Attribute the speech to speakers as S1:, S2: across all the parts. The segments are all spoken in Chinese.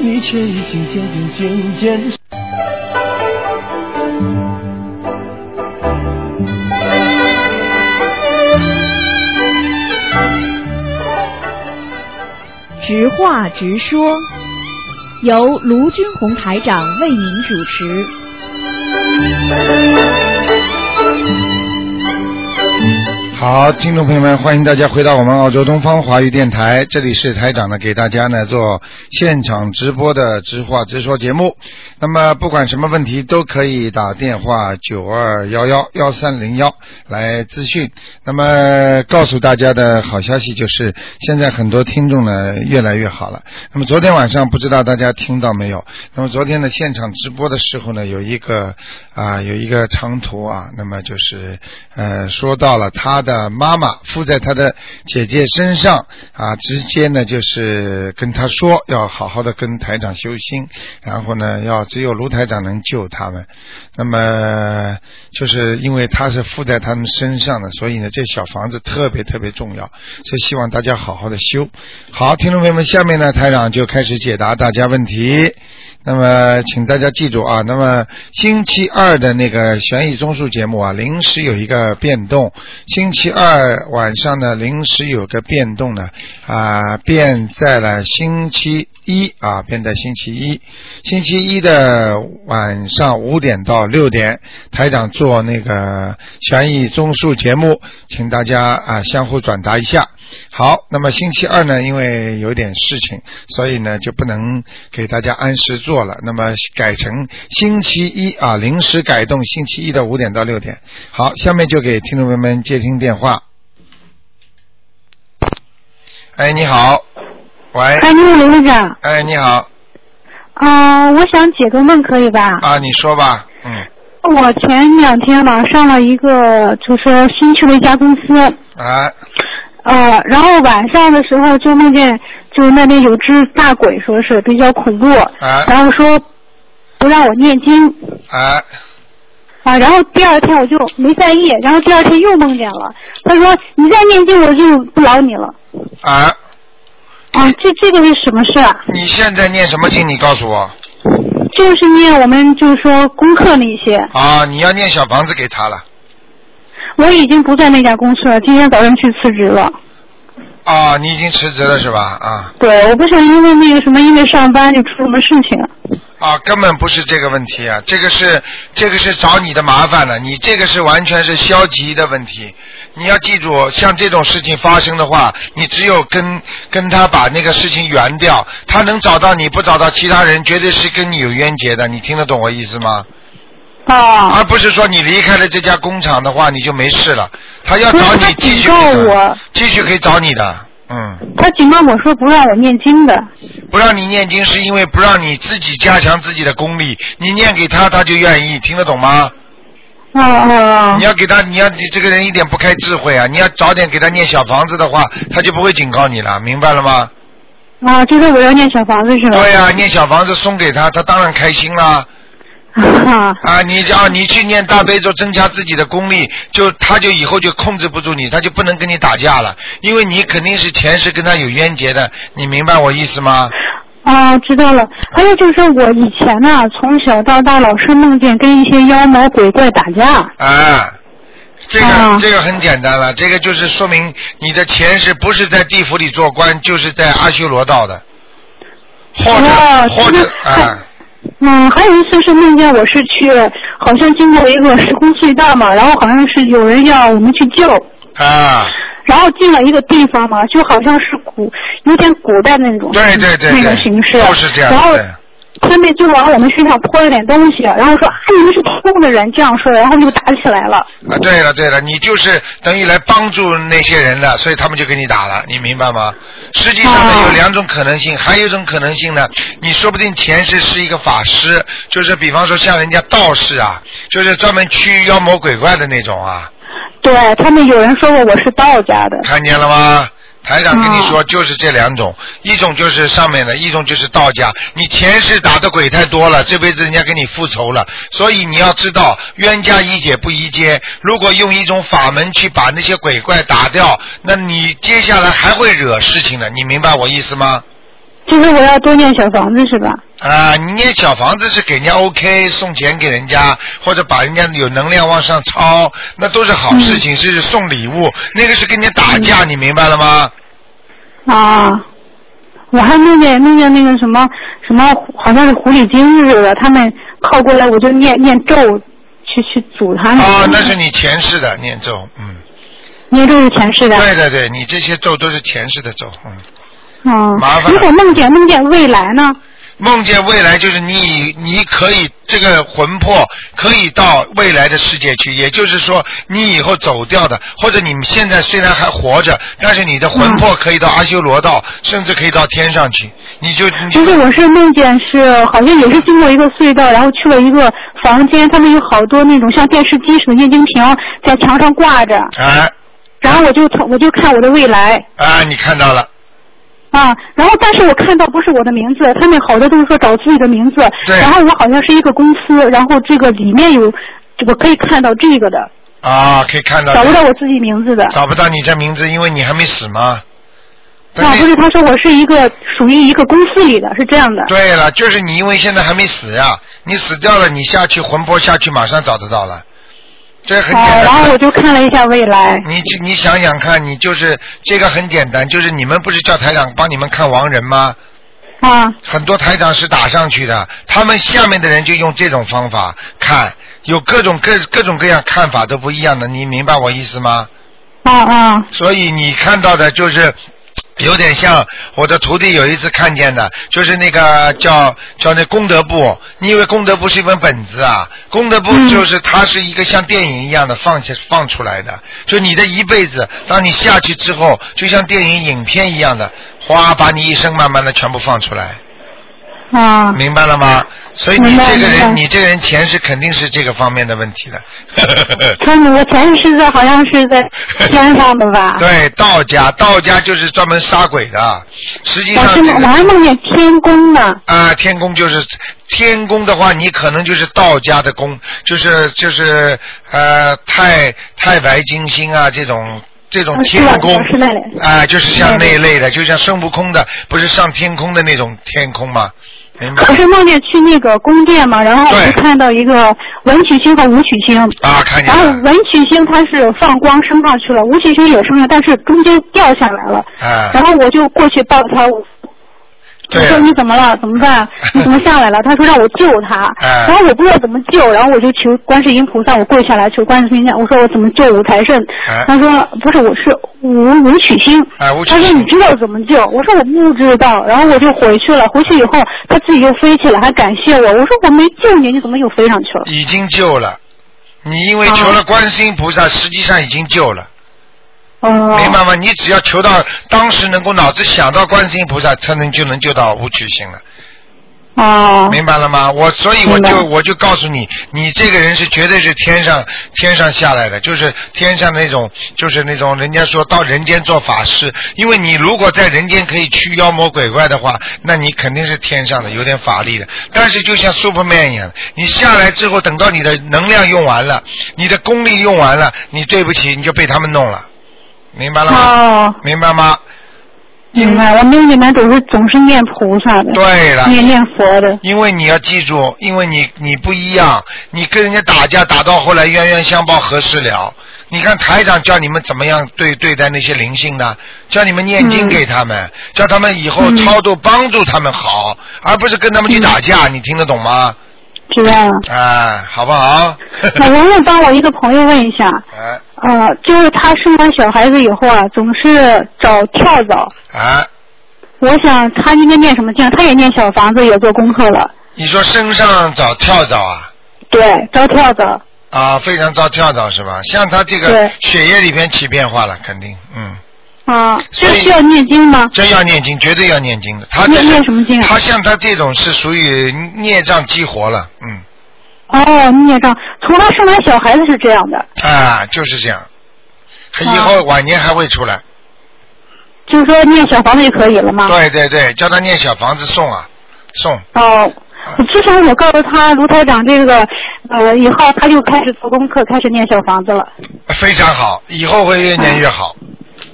S1: 你却已经渐渐渐渐。
S2: 直话直说，由卢军红台长为您主持。
S3: 好，听众朋友们，欢迎大家回到我们澳洲东方华语电台，这里是台长呢给大家呢做现场直播的直话直说节目。那么不管什么问题都可以打电话九二幺幺幺三零幺来咨询。那么告诉大家的好消息就是，现在很多听众呢越来越好了。那么昨天晚上不知道大家听到没有？那么昨天呢现场直播的时候呢有一个啊、有一个长途啊，那么就是呃说到了他的妈妈附在他的姐姐身上啊，直接呢就是跟他说要好好的跟台长修心，然后呢要只有卢台长能救他们。那么就是因为他是附在他们身上的，所以呢这小房子特别特别重要，所以希望大家好好的修。好，听众朋友们，下面呢台长就开始解答大家问题。那么，请大家记住啊，那么星期二的那个悬疑综述节目啊，临时有一个变动。星期二晚上呢，临时有个变动呢，啊，变在了星期一啊，变在星期一。星期一的晚上五点到六点，台长做那个悬疑综述节目，请大家啊相互转达一下。好，那么星期二呢，因为有点事情，所以呢就不能给大家按时做了。那么改成星期一啊，临时改动星期一的五点到六点。好，下面就给听众朋友们接听电话。哎，你好，喂，
S4: 哎，你好，卢队长，
S3: 哎，你好
S4: 嗯、我想解个梦，可以吧？
S3: 啊，你说吧，嗯，
S4: 我前两天吧上了一个，就是说新去了一家公司，
S3: 啊，
S4: 呃，然后晚上的时候就梦见，就那边有只大鬼，说是比较恐怖，
S3: 啊，
S4: 然后说不让我念经
S3: 啊，
S4: 啊，然后第二天我就没在意，然后第二天又梦见了，他说你再念经我就不饶你了，
S3: 啊，
S4: 啊，这这个是什么事啊？
S3: 你现在念什么经？你告诉我。
S4: 就是念我们就是说功课那些，
S3: 啊，你要念小房子给他了。
S4: 我已经不在那家公司了，今天早上去辞职了。
S3: 啊，你已经辞职了是吧？啊
S4: 对，我不想因为那个什么，因为上班就出什么事情。
S3: 啊，根本不是这个问题啊，这个是这个是找你的麻烦了，你这个是完全是消极的问题。你要记住，像这种事情发生的话，你只有跟跟他把那个事情圆掉，他能找到你，不找到其他人，绝对是跟你有冤结的。你听得懂我意思吗？
S4: 啊，
S3: 而不是说你离开了这家工厂的话，你就没事了。他要
S4: 不是
S3: 找你
S4: 他
S3: 继续
S4: 警告
S3: 可以
S4: 我
S3: 继续可以找你的，嗯。
S4: 他警告我说不让我念经的。
S3: 不让你念经是因为不让你自己加强自己的功力，你念给他，他就愿意，听得懂吗？
S4: 啊啊
S3: 你要给他，你要你这个人一点不开智慧啊！你要早点给他念小房子的话，他就不会警告你了，明白了吗？
S4: 啊！就是我要念小房子是吧？
S3: 对呀、念小房子送给他，他当然开心啦。
S4: 啊。
S3: 啊，你啊，你去念大悲咒，增加自己的功力，就他就以后就控制不住你，他就不能跟你打架了，因为你肯定是前世跟他有冤结的，你明白我意思吗？
S4: 啊，知道了。还有就是我以前呢、从小到大老是梦见跟一些妖魔鬼怪打架。
S3: 啊，这个、
S4: 啊
S3: 这个很简单了，这个就是说明你的前世不是在地府里做官，就是在阿修罗道的，或者、
S4: 哦
S3: 或
S4: 这
S3: 者
S4: 个
S3: 啊
S4: 嗯，还有一次是梦见我是去，好像经过一个时空隧道嘛，然后好像是有人要我们去救，
S3: 啊，
S4: 然后进了一个地方嘛，就好像是古有点古代那种
S3: 对对对
S4: 那
S3: 对
S4: 种形，式，
S3: 都是这样
S4: 然后
S3: 的。
S4: 他们就往我们身上泼了点东西，然后说啊你们是偷的人这样说，然后就打起来了。
S3: 啊，对了对了，你就是等于来帮助那些人了，所以他们就给你打了，你明白吗？实际上呢，
S4: 哦
S3: 有两种可能性，还有一种可能性呢，你说不定前世是一个法师，就是比方说像人家道士啊，就是专门驱妖魔鬼怪的那种啊。
S4: 对他们有人说过我是道家的，
S3: 看见了吗？台长跟你说，
S4: 哦
S3: 就是这两种，一种就是上面的，一种就是道家。你前世打的鬼太多了，这辈子人家给你复仇了，所以你要知道冤家宜解不宜结。如果用一种法门去把那些鬼怪打掉，那你接下来还会惹事情的，你明白我意思吗？
S4: 就是我要多念小房子是吧？
S3: 啊，你念小房子是给人家 OK 送钱给人家，或者把人家有能量往上抄，那都是好事情，是送礼物。那个是跟人家打架，你明白了吗？
S4: 啊，我还梦见梦见那个什么什么，好像是狐狸精似的，他们靠过来我就念念咒，去去阻他们。
S3: 啊，那是你前世的念咒，嗯，
S4: 念咒是前世的。
S3: 对对对，你这些咒都是前世的咒，嗯。
S4: 嗯
S3: 麻烦
S4: 如果梦见梦见未来呢？
S3: 梦见未来就是你，你可以这个魂魄可以到未来的世界去，也就是说，你以后走掉的，或者你们现在虽然还活着，但是你的魂魄
S4: 嗯
S3: 可以到阿修罗道，甚至可以到天上去。你就你就
S4: 就是我是梦见是好像也是经过一个隧道，然后去了一个房间，他们有好多那种像电视机似的液晶屏在墙上挂着，
S3: 啊
S4: 然后我就我就看我的未来
S3: 啊，你看到了，
S4: 啊，然后但是我看到不是我的名字，他们好多都是说找自己的名字，
S3: 对
S4: 然后我好像是一个公司，然后这个里面有我可以看到这个的，
S3: 啊，可以看到
S4: 找不到我自己名字的，
S3: 找不到你这名字，因为你还没死嘛。但
S4: 啊不是，他说我是一个属于一个公司里的，是这样的，
S3: 对了，就是你因为现在还没死呀、你死掉了，你下去魂魄下去马上找得到了，这很
S4: 啊
S3: 简单。，
S4: 然后我就看了一下未来，
S3: 你去你想想看，你就是这个很简单，就是你们不是叫台长帮你们看亡人吗？
S4: 啊，
S3: 很多台长是打上去的，他们下面的人就用这种方法看，有各种各各种各样看法都不一样的，你明白我意思吗？
S4: 啊啊，
S3: 所以你看到的就是。有点像我的徒弟有一次看见的，就是那个叫叫那功德簿，你以为功德簿是一本本子啊？功德簿
S4: 嗯
S3: 就是它是一个像电影一样的放下放出来的，就你的一辈子，当你下去之后，就像电影影片一样的，哗把你一生慢慢的全部放出来，
S4: 啊，
S3: 明白了吗？所以你
S4: 明白
S3: 这个
S4: 明白
S3: 人，你这个人前世肯定是这个方面的问题 的。
S4: 他我前世在好像是在天上的吧？
S3: 对，道家，道家就是专门杀鬼的。实际
S4: 我
S3: 上、
S4: 哦是
S3: 这个，
S4: 我还梦见天宫呢。
S3: 啊、天宫就是天宫的话，你可能就是道家的宫，就是就是呃太太白金星啊这种这种
S4: 啊是
S3: 哦天
S4: 吧
S3: 宫
S4: 是那类
S3: 啊、就是像
S4: 是
S3: 那
S4: 那类
S3: 一类的，就像孙悟空的，不是上天空的那种天空吗？明白
S4: 我是梦见去那个宫殿嘛，然后我
S3: 对
S4: 就看到一个文曲星和武曲星，
S3: 啊？看见
S4: 然后
S3: 了
S4: 文曲星它是放光升上去了，武曲星也升上，但是中间掉下来了。
S3: 啊、
S4: 然后我就过去抱他，我我
S3: 对
S4: 说你怎么了？怎么 办？你怎么下来了？他说让我救他，
S3: 哎
S4: 然后我不知道怎么救，然后我就求观世音菩萨，我跪下来求观世音菩萨，我说我怎么救五财神
S3: 哎？
S4: 他说不是，我是武武曲星。
S3: 哎武曲
S4: 他
S3: 星
S4: 说你知道怎么救？我说我不知道，然后我就回去了。回去以后他自己又飞起来，还感谢我。我说我没救你，你怎么又飞上去了？啊
S3: 已经救了。你因为求了观世音菩萨，实际上已经救了。
S4: 哦，
S3: 明白吗？你只要求到当时能够脑子想到观世音菩萨，才能就能救到武曲星了，
S4: 哦，
S3: 明白了吗？我所以我
S4: 明白
S3: 就我就告诉你，你这个人是绝对是天上天上下来的，就是天上那种就是那种人家说到人间做法事，因为你如果在人间可以驱妖魔鬼怪的话，那你肯定是天上的，有点法力的。但是就像 Superman 一样，你下来之后，等到你的能量用完了，你的功力用完了，你对不起，你就被他们弄了，明白了吗？
S4: 哦，
S3: 明白吗？
S4: 明白。我梦里面总是总是念菩萨的，
S3: 对啊了，
S4: 念念佛的。
S3: 因为你要记住，因为你你不一样，你跟人家打架打到后来冤冤相报何时了？你看台长教你们怎么样对对待那些灵性的，教你们念经
S4: 嗯
S3: 给他们，叫他们以后
S4: 嗯
S3: 超度帮助他们好，而不是跟他们去打架，你听得懂吗？
S4: 知道了。
S3: 啊，好不好？
S4: 那蓉蓉呃帮我一个朋友问一下，
S3: 啊
S4: 呃，就是他生完小孩子以后啊，总是找跳蚤。
S3: 啊！
S4: 我想他应该念什么经？他也念小房子，也做功课了。
S3: 你说身上找跳蚤啊？
S4: 对，招跳蚤。
S3: 啊，非常遭跳蚤是吧？像他这个
S4: 对
S3: 血液里边起变化了，肯定，嗯。
S4: 啊，
S3: 所
S4: 这
S3: 以
S4: 需要念经吗？
S3: 真要念经，绝对要念经的。他这
S4: 念
S3: 是
S4: 念什么经啊
S3: 他像他这种是属于孽障激活了，嗯，
S4: 哦，念障。从他生完小孩子是这样的，
S3: 啊，就是这样。
S4: 啊
S3: 还以后晚年还会出来。
S4: 就是说念小房子就可以了吗？
S3: 对对对，叫他念小房子送啊， 送。
S4: 哦，我之前我告诉他卢台长这个，呃，以后他就开始做功课，开始念小房子了。
S3: 非常好，以后会越念越好。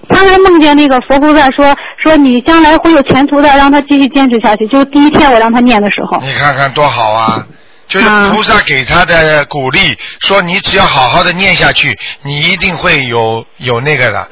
S4: 他还梦见那个佛菩萨说说你将来会有前途的，让他继续坚持下去。就是第一天我让他念的时候，
S3: 你看看多好啊！就是菩萨给他的鼓励，说你只要好好的念下去，你一定会有有那个的，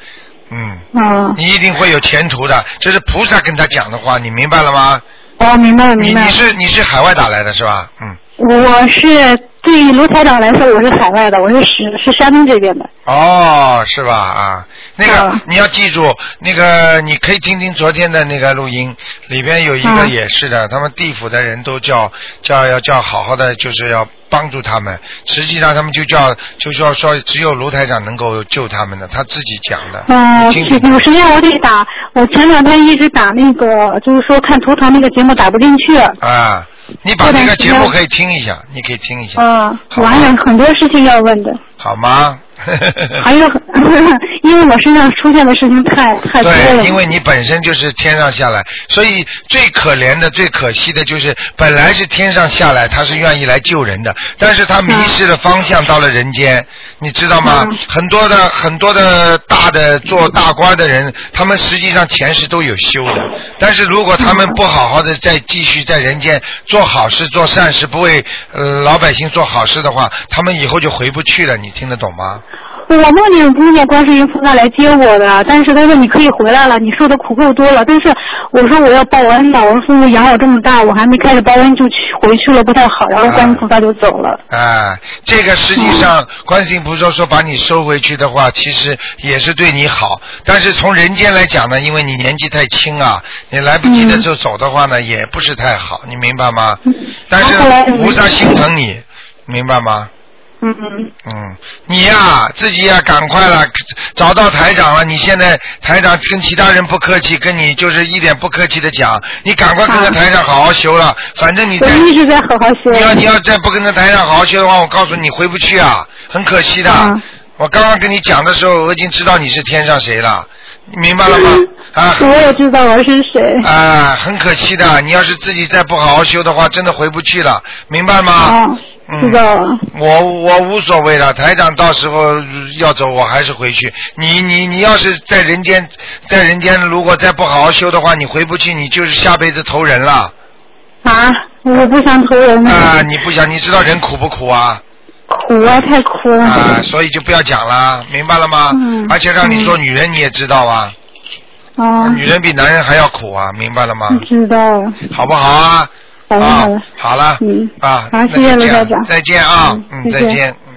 S3: 嗯，
S4: 嗯，
S3: 你一定会有前途的。这是菩萨跟他讲的话，你明白了吗？
S4: 哦，明白了，
S3: 你
S4: 明白
S3: 你
S4: 了。
S3: 是你是海外打来的是吧？嗯，
S4: 我是对于卢台长来说，我是海外的，我是是是山东这边的。
S3: 哦，是吧？啊，那个、
S4: 嗯
S3: 你要记住，那个你可以听听昨天的那个录音，里边有一个
S4: 嗯
S3: 也是的，他们地府的人都叫叫要叫好好的，就是要帮助他们。实际上他们就叫就说说只有卢台长能够救他们的，他自己讲的。
S4: 嗯，
S3: 你听
S4: 是
S3: 听
S4: 有时间我得打，我前两天一直打那个，就是说看图腾那个节目打不进去。
S3: 啊，你把那个节
S4: 过
S3: 目
S4: 段时间
S3: 可以听一下，你可以听一下，
S4: 嗯，
S3: 好
S4: 我
S3: 吧
S4: 还有很多事情要问的，
S3: 好吗？ 哎
S4: 还有很， 因为我身上出现的事情太太多了。
S3: 对，因为你本身就是天上下来，所以最可怜的、最可惜的就是，本来是天上下来，他是愿意来救人的，但是他迷失了方向，到了人间，你知道吗？
S4: 嗯
S3: 很多的、很多的大的做大官的人，他们实际上前世都有修的，但是如果他们不好好的再继续在人间做好事、做善事，不为、呃、老百姓做好事的话，他们以后就回不去了。你听得懂吗？
S4: 我梦见梦见观世音菩萨来接我的，但是他说你可以回来了，你受的苦够多了。但是我说我要报恩的，我说父母养我这么大，我还没开始报恩就去回去了，不太好。然后观世音菩萨就走了。
S3: 啊，这个实际上，观世音菩萨说把你收回去的话，其实也是对你好。但是从人间来讲呢，因为你年纪太轻啊，你来不及的时候走的话呢，也不是太好，你明白吗？但是
S4: 后来
S3: 菩萨心疼你，明白吗？
S4: 嗯嗯，
S3: 嗯，你呀、自己呀、赶快了，找到台长了。你现在台长跟其他人不客气，跟你就是一点不客气的讲，你赶快跟着
S4: 啊
S3: 台长好好修了。反正你
S4: 我
S3: 在
S4: 一直在好好啊修
S3: 你。要你要再不跟着台上好好学的话，我告诉你回不去啊，很可惜的。
S4: 啊
S3: 我刚刚跟你讲的时候，我已经知道你是天上谁了，你明白了吗？啊
S4: 嗯我也知道我是谁。
S3: 啊，很可惜的。你要是自己再不好好修的话，真的回不去了，明白吗？嗯
S4: 啊，知道了。
S3: 我我无所谓了，台长到时候要走，我还是回去。你你你要是在人间，在人间如果再不好好修的话，你回不去，你就是下辈子投人了
S4: 啊，我不想投人
S3: 啊、
S4: 了，
S3: 你不想，你知道人苦不苦啊？
S4: 苦啊，太苦了。
S3: 啊，所以就不要讲了，明白了吗？
S4: 嗯
S3: 而且让你做女人，你也知道啊，
S4: 啊，
S3: 女人比男人还要苦啊，明白了吗？
S4: 知道了。
S3: 好不好啊？
S4: 嗯好了
S3: 啊
S4: 好了，
S3: 好了，
S4: 嗯
S3: 啊，
S4: 好
S3: 那
S4: 谢谢
S3: 就这样
S4: 卢台长
S3: 再见啊，
S4: 嗯
S3: 嗯，再
S4: 再见
S3: 见，嗯。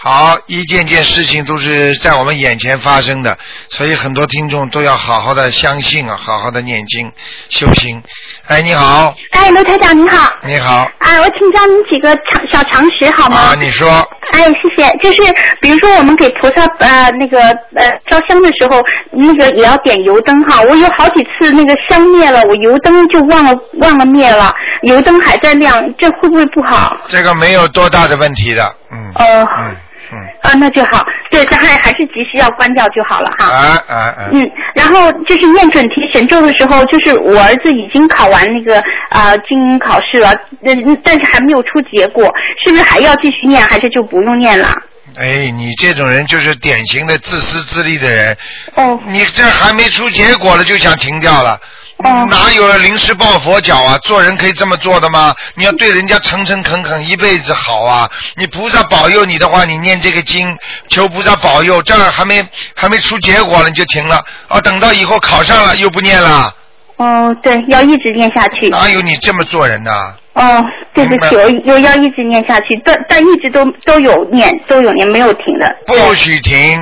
S3: 好，一件件事情都是在我们眼前发生的，所以很多听众都要好好的相信啊，好好的念经修心。哎，你好，
S5: 哎，卢台长您好，
S3: 你好，
S5: 啊，我请教您几个常小常识
S4: 嗯
S5: 好吗？
S3: 啊，你说，
S5: 哎，谢谢。就是比如说我们给菩萨呃那个呃烧香的时候，那个也要点油灯哈。我有好几次那个香灭了，我油灯就忘了忘了灭了，油灯还在亮，这会不会不好？
S3: 这个没有多大的问题的，嗯，
S5: 呃，
S3: 嗯嗯，
S5: 啊，那就好。对，但还还是及时要关掉就好了哈。
S3: 啊啊啊，
S5: 嗯，然后就是念准提神咒的时候，就是我儿子已经考完那个啊、呃、精英考试了，但但是还没有出结果，是不是还要继续念，还是就不用念了？
S3: 哎，你这种人就是典型的自私自利的人，
S5: 哦
S3: 你这还没出结果了就想停掉了，
S5: 哦
S4: 嗯
S3: 哪有临时抱佛脚啊？做人可以这么做的吗？你要对人家诚诚恳恳，一辈子好啊！你菩萨保佑你的话，你念这个经，求菩萨保佑，这儿还没还没出结果了你就停了啊？等到以后考上了又不念了，
S5: 哦，对，要一直念下
S4: 嗯
S5: 去。
S3: 哪有你这么做人呐？
S5: 哦，对不起，
S3: 啊明白
S5: 我又要一直念下去，但但一直都都有念，都有念，没有停的。
S3: 不许停！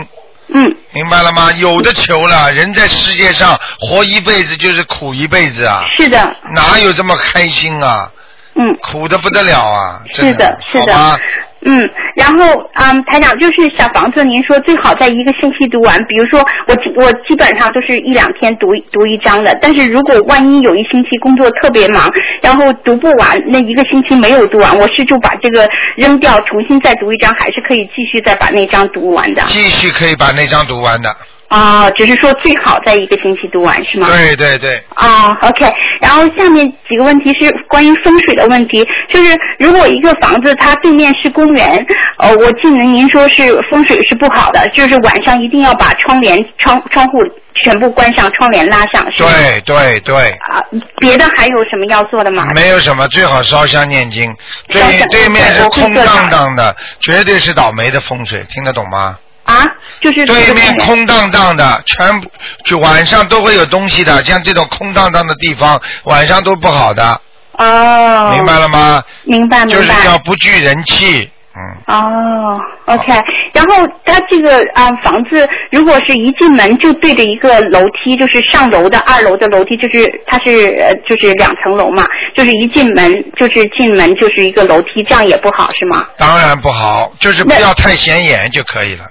S5: 嗯，
S3: 明白了吗？有的求了，人在世界上活一辈子就是苦一辈子啊。
S5: 是的，
S3: 哪有这么开心啊？
S5: 嗯。
S3: 苦的不得了啊！
S5: 是
S3: 真
S5: 的，是的
S3: 好吧，
S5: 嗯，然后嗯，台长就是小房子，您说最好在一个星期读完，比如说我基我基本上都是一两天读读一章的，但是如果万一有一星期工作特别忙，然后读不完，那一个星期没有读完，我是就把这个扔掉，重新再读一章，还是可以继续再把那章读完的。
S3: 继续可以把那张读完的。
S4: 哦，只是说最好在一个星期读完是吗？
S3: 对对对，
S4: 哦，OK。然后下面几个问题是关于风水的问题，就是如果一个房子它对面是公园，呃，我记得您说是风水是不好的，就是晚上一定要把窗帘、窗窗户全部关上，窗帘拉上，是吗？
S3: 对对对，
S4: 啊，别的还有什么要做的吗？
S3: 没有什么，最好烧香念经。
S4: 烧香
S3: 对对面是
S4: 我会
S3: 空
S4: 做到
S3: 荡荡的，绝对是倒霉的风水，听得懂吗？
S4: 啊，就是
S3: 对面空荡荡的，全部就晚上都会有东西的，像这种空荡荡的地方，晚上都不好的，
S4: 哦，
S3: 明白了吗？
S4: 明白明
S3: 就是
S4: 白。
S3: 要不聚人气，嗯，
S4: 哦，OK。然后它这个啊、房子，如果是一进门就对着一个楼梯，就是上楼的二楼的楼梯，就是它是呃就是两层楼嘛，就是一进门就是进门就是一个楼梯，这样也不好是吗？
S3: 当然不好，就是不
S4: 那
S3: 要太显眼就可以了。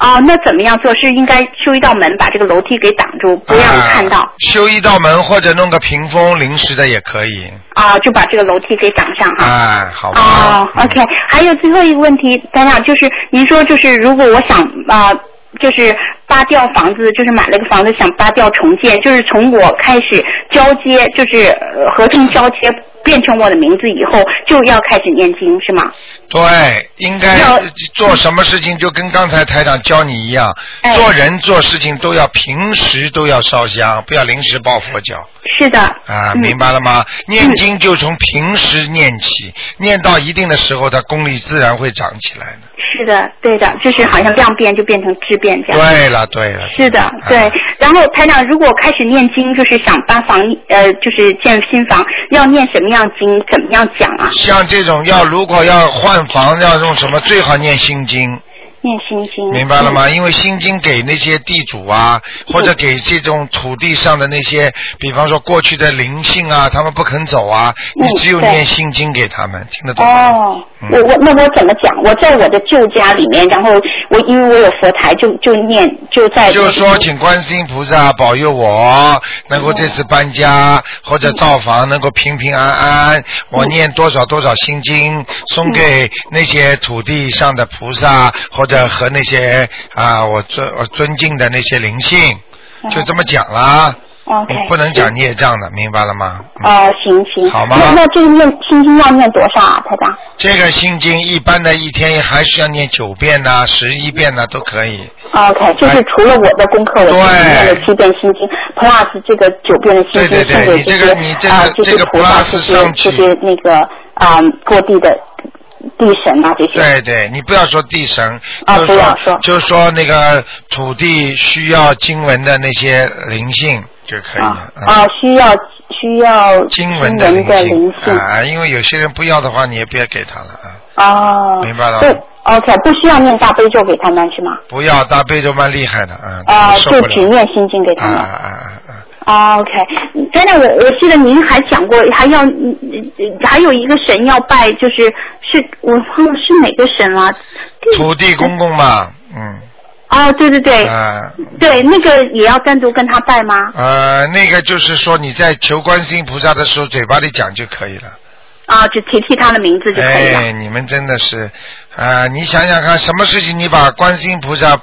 S4: 哦，那怎么样做？是应该修一道门把这个楼梯给挡住，不让你看到
S3: 啊修一道门或者弄个屏风，临时的也可以。
S4: 啊、就把这个楼梯给挡上哈。
S3: 哎，好吧。
S4: 啊哦
S3: 嗯
S4: ，OK。还有最后一个问题，咱俩就是您说就是如果我想啊、呃就是扒掉房子，就是买了个房子想扒掉重建，就是从我开始交接，就是呃合同交接变成我的名字以后，就要开始念经是吗？
S3: 对，应该
S4: 要
S3: 做什么事情就跟刚才台长教你一样，
S4: 哎
S3: 做人做事情都要平时都要烧香，不要临时抱佛脚
S4: 是的。
S3: 啊，
S4: 嗯
S3: 明白了吗？念经就从平时念起，念到一定的时候，它功力自然会长起来的。
S4: 是的，对的，就是好像量变就变成质变这样。
S3: 对了，对了。
S4: 啊是的
S3: 啊，
S4: 对。然后台长，如果开始念经，就是想搬房，呃，就是建新房，要念什么样经，怎么样讲啊？
S3: 像这种要如果要换房要用什么，最好念心经。
S4: 念心经。嗯
S3: 明白了吗？因为心经给那些地主啊，或者给这种土地上的那些，比方说过去的灵性啊，他们不肯走啊，
S4: 嗯
S3: 你只有
S4: 对
S3: 念心经给他们，听得懂吗？
S4: 哦，
S3: 嗯
S4: 我我那我怎么讲？我在我的旧家里面，然后我因为我有佛台，就就念就在
S3: 就是说，请观世音菩萨保佑我能够这次搬
S4: 嗯
S3: 家或者造房能够平平安安。我念多少多少心经，送给那些土地上的菩
S4: 嗯
S3: 萨或者和那些啊我尊我尊敬的那些灵性，就这么讲啦。
S4: 嗯 OK
S3: 你不能讲孽障的，明白了吗？嗯
S4: 哦，行行，
S3: 好吗
S4: 那那这个念心经要念多少啊，台长？
S3: 这个心经一般的一天还是要念九遍呐、十一遍呐、都可以。
S4: OK，就是
S3: 哎
S4: 除了我的功课，我自己念了七遍心经，plus 这个九遍的心
S3: 对
S4: 经
S3: 对对
S4: 送给
S3: 你这个
S4: 些
S3: 你这个
S4: 啊这
S3: 这
S4: 些
S3: 个
S4: 菩萨、
S3: plus
S4: 这些
S3: 上去
S4: 这些那个啊过地的地神啊这些。
S3: 对对，你不要说地神，
S4: 啊
S3: 就是
S4: 不要说
S3: 就是说那个土地需要经文的那些灵性就可以
S4: 啊
S3: 了。嗯
S4: 啊，需要需要
S3: 经
S4: 文
S3: 文的灵
S4: 灵性
S3: 啊，因为有些人不要的话，你也别给他了啊，
S4: 哦，
S3: 明白了
S4: 对，OK，不需要念大悲咒给他们是吗？
S3: 不要大悲咒蛮厉害的啊，
S4: 啊、
S3: 受
S4: 就
S3: 不
S4: 只
S3: 了
S4: 念心经给
S3: 啊
S4: 他们。
S3: 啊啊啊！
S4: 哦 OK，真的，我我记得您还讲过，还要嗯嗯还有一个神要拜，就是是我忘了是哪个神了、
S3: 土地公公嘛，嗯
S4: 哦，对对对、
S3: 啊。
S4: 对，那个也要单独跟他拜吗？
S3: 呃，那个就是说你在求观世音菩萨的时候，嘴巴里讲就可以了。
S4: 啊、只提提他的名字就可以了。
S3: 哎，你们真的是，啊、你想想看，什么事情你把观世音菩萨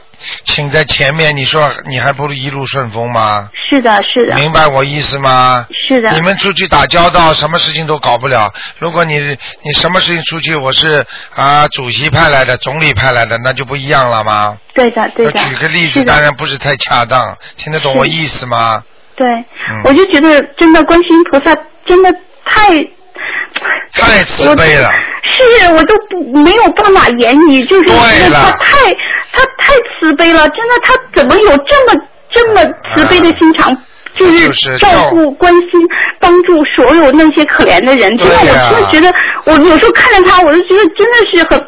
S3: 请在前面，你说你还不如一路顺风吗？
S4: 是的，是的，
S3: 明白我意思吗？
S4: 是的
S3: 你。们出去打交道，什么事情都搞不了。如果你你什么事情出去，我是啊、主席派来的，总理派来的，那就不一样了吗？
S4: 对的，对
S3: 我
S4: 的。
S3: 举个例子，
S4: 是的
S3: 当然不是太恰当，听得懂我意思吗？
S4: 对，
S3: 嗯
S4: 我就觉得真的观世音菩萨真的太
S3: 太慈悲了。
S4: 是我都不没有办法言语，就是
S3: 对
S4: 觉得
S3: 了
S4: 他太他太慈悲了，真的他怎么有这么这么慈悲的心肠？就
S3: 嗯就是是
S4: 照顾、关心、帮助所有那些可怜的人，真的，
S3: 对呀
S4: 我真的觉得，我有时候看着他，我就觉得真的是很，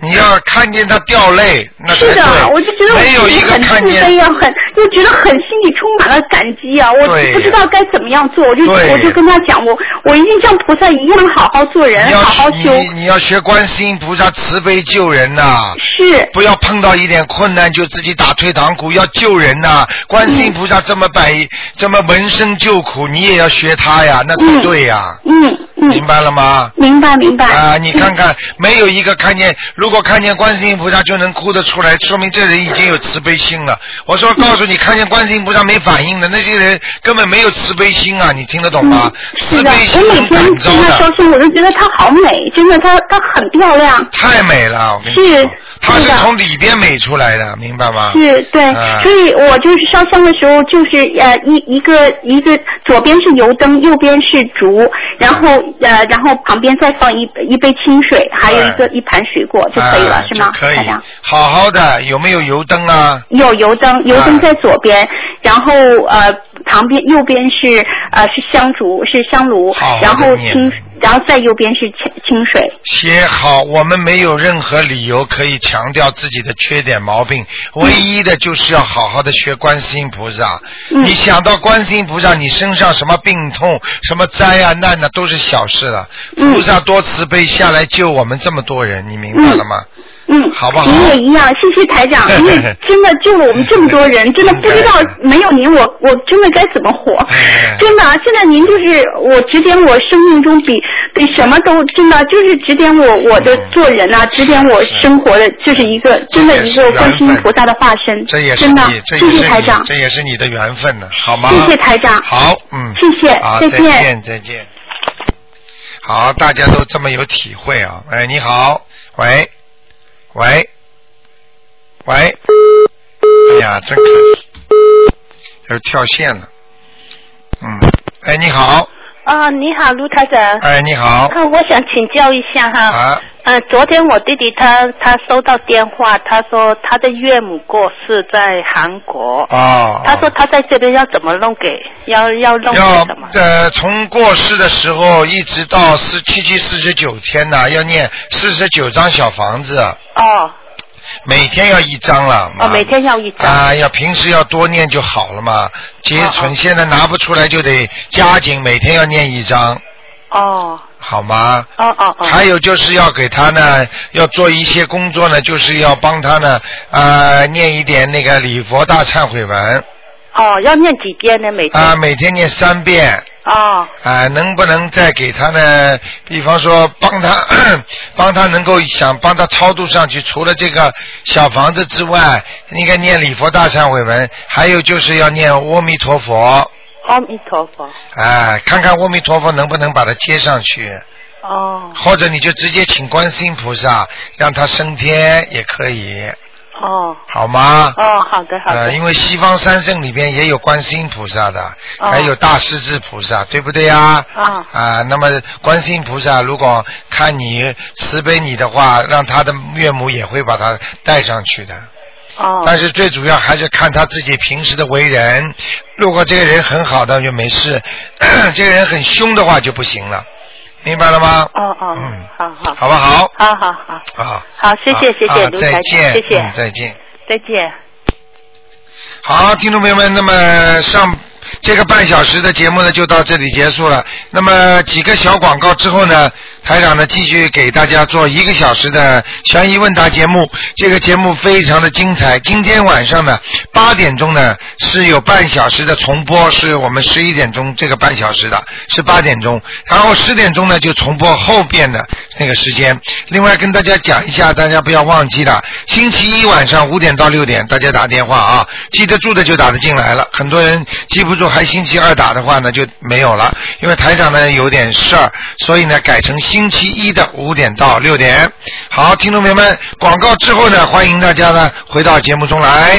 S3: 你要看见他掉泪，那才
S4: 是的
S3: 对，
S4: 我就觉得我
S3: 没有一
S4: 自己
S3: 个
S4: 很
S3: 看
S4: 自
S3: 见
S4: 卑啊，很就觉得很心里充满了感激啊，我
S3: 对呀
S4: 不知道该怎么样做，我就
S3: 对
S4: 我就跟他讲，我我一定像菩萨一样好好做人，
S3: 你要
S4: 好好修，
S3: 你你要学观世音菩萨慈悲救人呐、
S4: 是
S3: 不要碰到一点困难就自己打退堂鼓，要救人呐、观世
S4: 嗯
S3: 音菩萨这么百、这么闻声救苦，你也要学他呀，那才对呀、
S4: 嗯嗯
S3: 明白了吗？
S5: 明白明白。
S3: 啊，你看看，没有一个看见，如果看见观世音菩萨就能哭得出来，说明这人已经有慈悲心了。我说告诉你，看见观世音菩萨没反应的那些人，根本没有慈悲心啊！你听得懂吗？
S5: 嗯是
S3: 慈
S5: 的，
S3: 悲
S5: 我
S3: 心
S5: 每
S3: 能
S5: 天
S3: 感召
S5: 听她
S3: 的
S5: 说，声，我都觉得她好美，真的，她她很漂亮。
S3: 太美了，我跟你
S5: 是
S3: 说，他是
S5: 是的
S3: 从里边美出来的，明白吗？
S5: 是对，
S3: 啊
S5: 所以我就是烧香的时候，就是呃一一个一个左边是油灯，右边是烛，然后呃然后旁边再放一一杯清水，还有一个一盘水果就可以了，
S3: 啊
S5: 是吗？
S3: 就可以
S5: 台长，
S3: 好好的，有没有油灯啊？
S5: 有油灯，油灯在左边，然后呃旁边右边是呃是香烛是香炉
S3: 好好，地
S5: 然后
S3: 念
S5: 清然后再右边是清清水，
S3: 写好，我们没有任何理由可以强调自己的缺点毛病，唯一的就是要好好的学观世音菩萨。
S5: 嗯
S3: 你想到观世音菩萨，你身上什么病痛、什么灾啊、难啊，都是小事了。
S5: 嗯
S3: 菩萨多慈悲，下来救我们这么多人，你明白了吗？
S5: 嗯，
S3: 好不好
S5: 您也一样，谢谢台 长，您也真的救了我们这么多人，真的不知道没有您，我我真的该怎么活
S3: 哎？
S5: 真的啊，现在您就是我指点我生命中比比什么都真的就是指点我我的做人
S3: 嗯
S5: 啊，指点我生活的，就是一个真的一个观世音菩萨的化身，
S3: 这也是
S5: 真的
S3: 你，，这
S5: 谢
S3: 也
S5: 谢
S3: 是
S5: 台
S3: 你
S5: 长，，
S3: 这也是你的缘分呢，好吗？
S5: 谢谢台长，
S3: 好，嗯，
S5: 谢谢
S3: 好，
S5: 再
S3: 再
S5: 见
S3: 见，再见。好，大家都这么有体会啊！哎，你好，喂，喂，喂，哎呀，真可惜，又跳线了。嗯，哎，你好，
S6: 啊，你好，卢台长。
S3: 哎，你好，
S6: 啊，我想请教一下哈。
S3: 啊，
S6: 呃，昨天我弟弟他他收到电话，他说他的岳母过世在韩国。
S3: 哦，
S6: 他说他在这边要怎么弄给，要要弄给
S3: 要
S6: 什么？
S3: 呃，从过世的时候一直到四七七四十九天呢，要念四十九张小房子，
S6: 哦，
S3: 每天要一张了。
S6: 哦，
S3: 妈
S6: 每天要一张。
S3: 嗯啊，要平时要多念就好了嘛。结
S6: 哦
S3: 存
S6: 哦
S3: 现在拿不出来就得加紧，每天要念一张，
S6: 哦，
S3: 好吗？
S6: 哦哦
S5: 啊
S6: 哦。
S3: 还有就是要给他呢，要做一些工作呢，就是要帮他呢，啊，念一点那个礼佛大忏悔文
S6: 哦，要念几遍呢？每天。
S3: 啊，每天念三遍
S6: 哦
S3: 啊，能不能再给他呢？比方说帮他， 帮他能够想帮他超度上去，除了这个小房子之外，应该念礼佛大忏悔文，还有就是要念阿弥陀佛。
S6: 阿弥陀佛。
S3: 哎，看看阿弥陀佛能不能把它接上去，
S6: 哦
S3: 或者你就直接请观世音菩萨让他升天也可以，
S6: 哦
S3: 好吗？
S6: 哦，好的好的
S3: 呃，。因为西方三圣里边也有观世音菩萨的，
S6: 哦
S3: 还有大势至菩萨，对不对呀？
S6: 啊
S3: 啊，那么观世音菩萨如果看你慈悲你的话，让他的岳母也会把他带上去的。
S6: 哦
S3: 但是最主要还是看他自己平时的为人。如果这个人很好的就没事， 这个人很凶的话就不行了，明白了吗？
S6: 哦哦
S3: 嗯，
S6: 好好
S3: 好不好？
S6: 好好好，
S3: 啊，
S6: 好谢谢谢谢
S3: 啊
S6: 卢台
S3: 再
S6: 长
S3: 见，
S6: 谢谢
S3: 嗯再见。
S6: 再见。
S3: 好，听众朋友们，那么上这个半小时的节目呢，就到这里结束了。那么几个小广告之后呢，台长呢继续给大家做一个小时的悬疑问答节目。这个节目非常的精彩。今天晚上呢，八点钟呢是有半小时的重播，是我们十一点钟这个半小时的，是八点钟。然后十点钟呢就重播后边的那个时间。另外跟大家讲一下，大家不要忘记了，星期一晚上五点到六点，大家打电话啊，记得住的就打得进来了。很多人记不住，还星期二打的话呢就没有了，因为台长呢有点事儿，所以呢改成星期一的五点到六点。好，听众朋友们，广告之后呢，欢迎大家呢回到节目中来。